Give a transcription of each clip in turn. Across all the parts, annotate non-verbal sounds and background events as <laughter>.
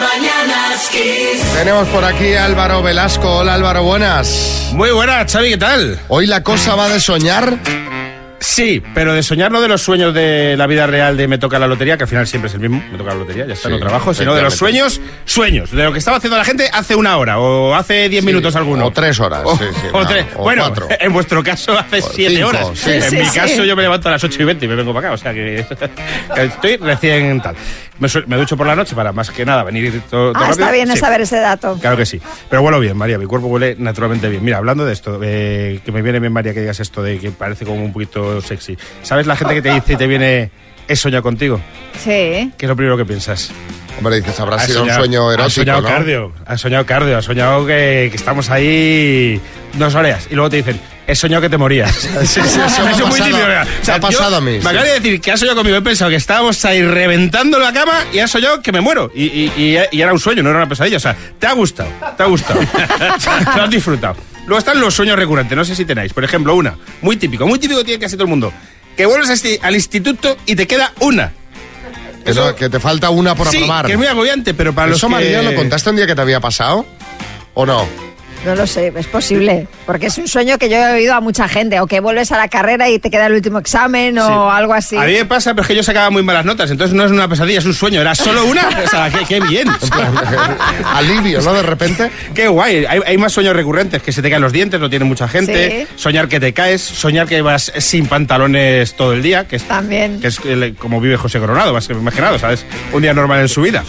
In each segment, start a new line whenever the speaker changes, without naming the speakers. mañanas Kiss.
Tenemos por aquí a Álvaro Velasco. Hola Álvaro, buenas.
Muy buenas, Xavi, ¿qué tal?
Hoy la cosa va de soñar.
Sí, pero de soñar no de los sueños de la vida real de me toca la lotería, que al final siempre es el mismo, me toca la lotería, ya está,
Sí,
no trabajo, sino de los
efectivamente.
sueños, sueños, de lo que estaba haciendo la gente hace una hora o hace diez minutos alguno.
o tres horas,
O,
sí, sí,
o
nada,
tres.
o
bueno,
cuatro.
<laughs> en vuestro caso hace siete
cinco,
horas.
sí.
en
Sí,
mi
sí.
caso yo me levanto a las ocho y veinte y me vengo para acá, o sea que <laughs> estoy recién tal. Me, su- me ducho por la noche para más que nada venir todo, todo
Ah, está
rápido.
bien
Sí.
saber ese dato.
Claro que sí. Pero huelo bien, María. Mi cuerpo huele naturalmente bien. Mira, hablando de esto, eh, que me viene bien, María, que digas esto de que parece como un poquito sexy. ¿Sabes la gente que te dice y te viene, he soñado contigo?
Sí.
¿Qué es lo primero que piensas?
Hombre, dices, habrá
Has
sido
soñado-
un sueño
Has
erótico,
soñado
¿no?
cardio. Has soñado cardio. Has soñado que, que estamos ahí dos horas. Y luego te dicen, he soñado que te morías.
<laughs> <laughs> Sí,
<laughs>
sí, eso me ha
es muy
pasado.
típico. ¿verdad?
Me
O sea,
ha pasado
yo-
a mí,
Me
sí.
acaba de decir que has soñado conmigo. He pensado que estábamos ahí reventando la cama y has soñado que me muero. Y, y- y- y era un sueño, no era una pesadilla. O sea, te ha gustado, te
<laughs>
ha gustado. Lo has disfrutado. Luego están los sueños recurrentes. No sé si tenéis. Por ejemplo, una, muy típico, muy típico tiene casi todo el mundo. Que vuelves a este- al instituto y te queda una.
Que, no- que te falta una por
sí,
aprobar.
que es muy agobiante, pero para
¿Eso,
los que...
María, lo contaste un día que te había pasado? ¿O no? <laughs>
No lo sé, es posible. Porque es un sueño que yo he oído a mucha gente. O que vuelves a la carrera y te queda el último examen
Sí.
o algo así.
A mí me pasa, pero es que yo sacaba muy malas notas, entonces no es una pesadilla, es un sueño, era solo una. O sea, qué, qué bien.
Alivio, ¿no? De repente.
Qué guay, hay, hay más sueños recurrentes, que se te caen los dientes, lo tiene mucha gente,
Sí.
soñar que te caes, soñar que vas sin pantalones todo el día, que es,
También.
que es el- como vive José Coronado, vas imaginado, ¿sabes? Un día normal en su vida.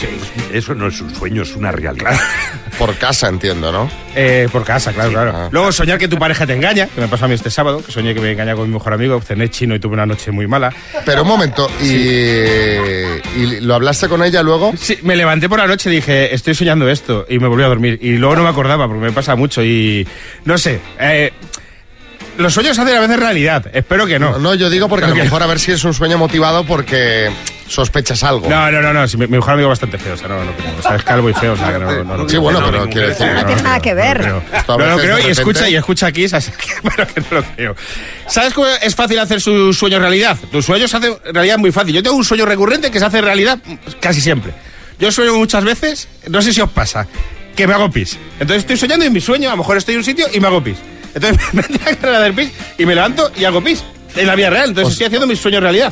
Eso no es un sueño, es una realidad.
Por casa, entiendo, ¿no?
<laughs> Eh, por casa, claro, claro.
ah.
Luego soñar que tu pareja te engaña, que me pasó a mí este sábado, que soñé que me engañaba con mi mejor amigo, cené chino y tuve una noche muy mala.
Pero un momento, ¿y, y lo hablaste con ella luego?
Sí, me levanté por la noche y dije, estoy soñando esto, y me volví a dormir. Y luego no me acordaba, porque me pasa mucho, y no sé. eh, los sueños hacen a veces realidad, espero que no.
No, yo digo porque a lo
Creo que-
mejor a ver si es un sueño motivado porque sospechas algo.
No, no, no, no. si mi, mi mejor amigo es bastante feo, o sea, no, no creo. O sea, es calvo y feo, o sea, que no, no, no, no
Sí, bueno,
creo.
pero quiero decir-
No tiene nada que ver.
No, lo
Esto a
creo. no lo
veces,
creo
de
y escucha,
repente-
y escucha aquí, ¿sabes? <laughs> pero que no lo creo. ¿Sabes cómo es fácil hacer sus sueños realidad? Tus sueños se hacen realidad muy fácil. Yo tengo un sueño recurrente que se hace realidad casi siempre. Yo sueño muchas veces, no sé si os pasa, que me hago pis. Entonces estoy soñando y en mi sueño, a lo mejor estoy en un sitio y me hago pis. Entonces <laughs> me da ganas de hacer pis y me levanto y hago pis. En la vida real, entonces
Os-
estoy haciendo mis sueños realidad.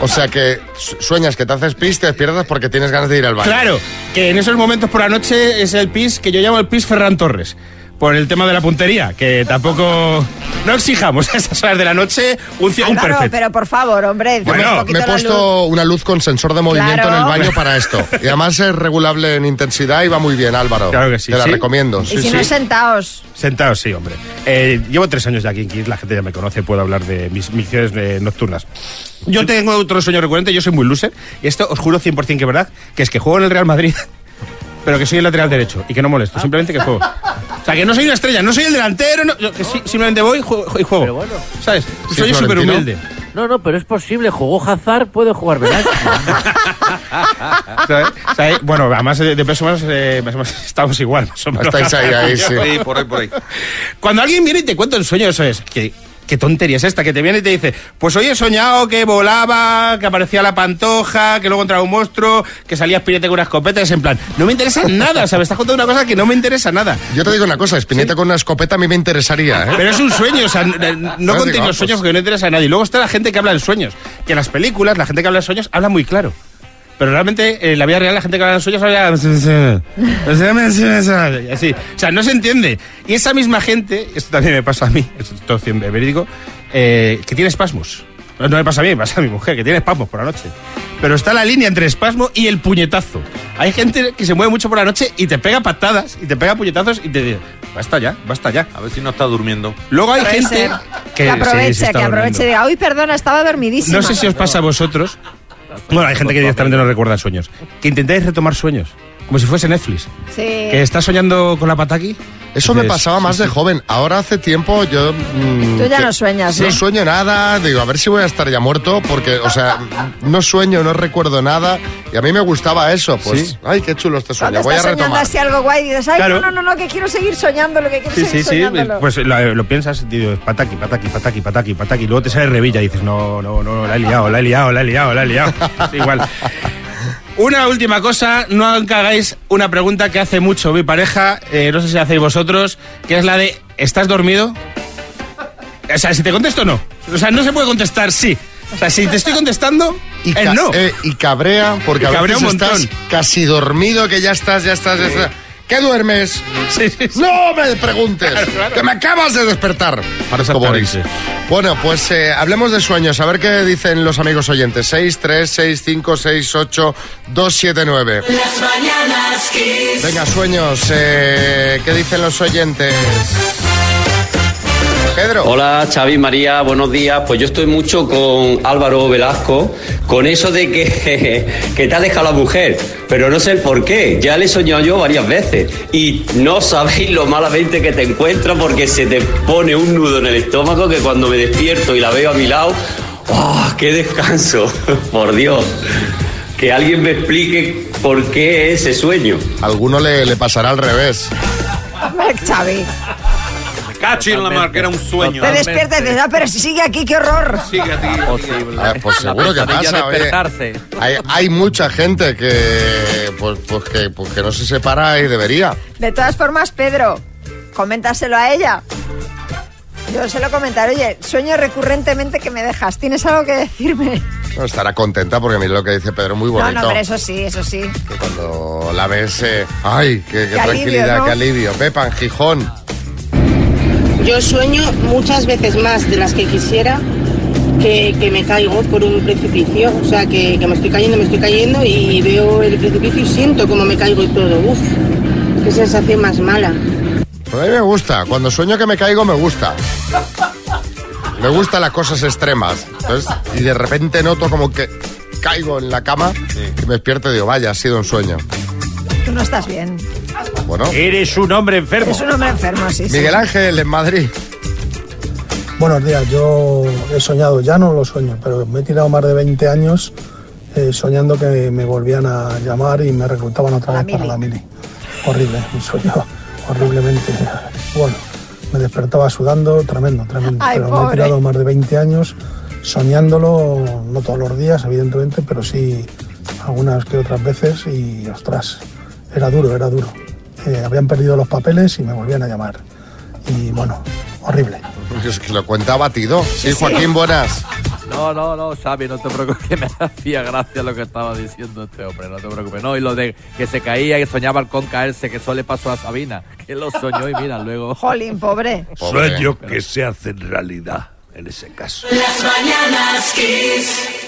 O sea que su- sueñas que te haces pis, te despiertas porque tienes ganas de ir al baño.
Claro, que en esos momentos por la noche es el pis que yo llamo el pis Ferran Torres. Por el tema de la puntería, que tampoco. No exijamos <laughs> a esas horas de la noche un, cien- un
Álvaro,
perfecto.
pero por favor, hombre, enciende
Bueno,
un
Me
poquito
he
la luz.
puesto una luz con sensor de movimiento
Claro.
en el baño para esto. Y además es regulable en intensidad y va muy bien, Álvaro.
Claro que sí,
Te la
¿sí?
recomiendo.
<laughs>
Y si no, sentaos.
Sentado, sí, hombre. Eh, llevo tres años ya aquí en Kiss, la gente ya me conoce, puedo hablar de mis misiones eh, nocturnas. Yo tengo otro sueño recurrente, yo soy muy loser, y esto os juro 100% que es verdad, que es que juego en el Real Madrid, <laughs> pero que soy el lateral derecho, y que no molesto,
Ah.
simplemente que juego. O sea, que no soy una estrella, no soy el delantero, no, yo que sí- simplemente voy y juego. y juego.
Pero bueno.
¿Sabes?
Sí,
soy súper
Florentino.
humilde.
No, no, pero es posible. Jugó Hazard, puede jugar <laughs> Velasco.
¿Sabes? O sea, eh, bueno, además eh, de peso más, eh, más o menos <laughs> estamos igual. más o menos.
Estáis ahí, ahí, sí.
por ahí, por ahí.
Cuando alguien viene y te cuenta un sueño, eso es que... ¿Qué tontería es esta? Que te viene y te dice, pues hoy he soñado que volaba, que aparecía la pantoja, que luego entraba un monstruo, que salía espinete con una escopeta, es en plan, no me interesa nada, o sea, me estás contando una cosa que no me interesa nada.
Yo te digo una cosa, Espineta con una escopeta a mí me interesaría, ¿eh?
Pero es un sueño, o sea, n- n- no
digo,
contéis
ah,
los sueños
pues-
porque no interesa a nadie. Luego está la gente que habla de sueños, que en las películas la gente que habla de sueños habla muy claro. Pero realmente en la vida real la gente que habla de sueños habla... <laughs> Así. O sea, no se entiende. Y esa misma gente, esto también me pasa a mí, esto es todo cien- verídico, eh, que tiene espasmos. No no me pasa a mí, me pasa a mi mujer, que tiene espasmos por la noche. Pero está la línea entre espasmo y el puñetazo. Hay gente que se mueve mucho por la noche y te pega patadas, y te pega puñetazos y te dice, basta ya, basta ya.
A ver si no está durmiendo.
Luego hay
Puede
gente
ser. Que
sí, sí
aproveche,
está
que
durmiendo.
aproveche. y diga, Uy, perdona, estaba dormidísima.
No sé si os pasa a vosotros. Bueno, hay gente que directamente no recuerda sueños. Que intentáis retomar sueños. Como si fuese Netflix.
Sí.
Que estás soñando con la pataki.
Eso me
Dices,
pasaba más de joven. Ahora hace tiempo yo... mm,
Tú ya
que-
no sueñas,
No
¿no?
sueño nada, digo, a ver si voy a estar ya muerto, porque, o sea, <laughs> no sueño, no recuerdo nada, y a mí me gustaba eso, pues,
Sí.
ay, qué chulo este
Cuando
sueño, voy a
estás soñando
retomar.
así algo guay, dices, ay,
Claro.
no, no, no, no, que quiero seguir soñando lo que quiero
Sí, sí,
seguir
sí.
soñándolo.
Pues lo, lo piensas, digo, pataki, pataki, pataki, pataki, pataki. Luego te sale revilla y dices, no, no, no, la he liado, la he liado, la he liado, la he liado. Es igual. Una última cosa, no nunca hagáis una pregunta que hace mucho mi pareja, eh, no sé si la hacéis vosotros, que es la de ¿estás dormido? O sea, si te contesto no. O sea, no se puede contestar sí. O sea, si te estoy contestando,
Y,
es
ca-
no.
eh, y cabrea, porque
Y
a veces
cabrea un montón.
estás casi dormido, que ya estás, ya estás, ya estás. ¿Qué duermes?
Sí, sí, sí.
¡No me preguntes!
claro.
¡Que me acabas de despertar!
Parece
Como
Asterix.
Boris. Bueno, pues eh, hablemos de sueños. A ver qué dicen los amigos oyentes. 6, 3, 6, 5, 6, 8, 2, 7, 9.
Las mañanas Kiss.
Venga, sueños. eh, ¿Qué dicen los oyentes? Pedro.
Hola Xavi María, buenos días. Pues yo estoy mucho con Álvaro Velasco, con eso de que, <laughs> que te ha dejado la mujer, pero no sé el por qué. Ya le he soñado yo varias veces y no sabéis lo malamente que te encuentro porque se te pone un nudo en el estómago que cuando me despierto y la veo a mi lado, ¡ah, qué descanso! <laughs> Por Dios, que alguien me explique por qué ese sueño.
Alguno le, le pasará al revés.
Xavi.
Cachi en la mar, que era un sueño.
Te despiertas y dices, ah, pero si sigue aquí, qué horror.
Sigue a ti.
<laughs> Ah, pues seguro que
pesadilla
pasa. oye.
despertarse.
Hay, hay mucha gente que pues, pues que pues que no se separa y debería.
De todas formas, Pedro, coméntaselo a ella. Yo se lo comentaré, oye, sueño recurrentemente que me dejas. ¿Tienes algo que decirme?
No, estará contenta porque mira lo que dice Pedro, muy
No,
bonito.
no, pero eso sí, eso sí.
Que cuando la ves, eh, ay, qué, qué
Qué alivio,
tranquilidad,
¿no?
qué alivio. Pepa, en Gijón.
Yo sueño muchas veces más de las que quisiera que, que me caigo por un precipicio. O sea, que, que me estoy cayendo, me estoy cayendo y veo el precipicio y siento como me caigo y todo. Uf, qué sensación más mala.
Pues a mí me gusta. Cuando sueño que me caigo, me gusta. Me gustan las cosas extremas. Entonces, y de repente noto como que caigo en la cama y me despierto y digo, vaya, ha sido un sueño.
Tú no estás bien.
Bueno,
Eres un hombre enfermo.
Es un hombre enfermo, sí. sí.
Miguel Ángel en Madrid. <laughs>
Buenos días, yo he soñado, ya no lo sueño, pero me he tirado más de 20 años eh, soñando que me volvían a llamar y me reclutaban otra
La
vez para la
mili.
mili. Horrible, <laughs> un sueño horriblemente. Bueno, me despertaba sudando, tremendo, tremendo.
Ay,
pero me
pobre.
he tirado más de 20 años soñándolo, no todos los días, evidentemente, pero sí algunas que otras veces y ostras, era duro, era duro. Eh, habían perdido los papeles y me volvían a llamar. Y bueno, horrible.
Es que lo cuenta batido. Sí, Joaquín, buenas.
No, no, no, Xavi, no te preocupes, <laughs> que me hacía gracia lo que estaba diciendo este hombre, no te preocupes. No, y lo de que se caía y soñaba al con caerse, que eso le pasó a Sabina, que lo soñó y mira, luego...
Jolín, pobre.
Pobre.
Sueño que se hace realidad en ese caso.
Las mañanas Kiss.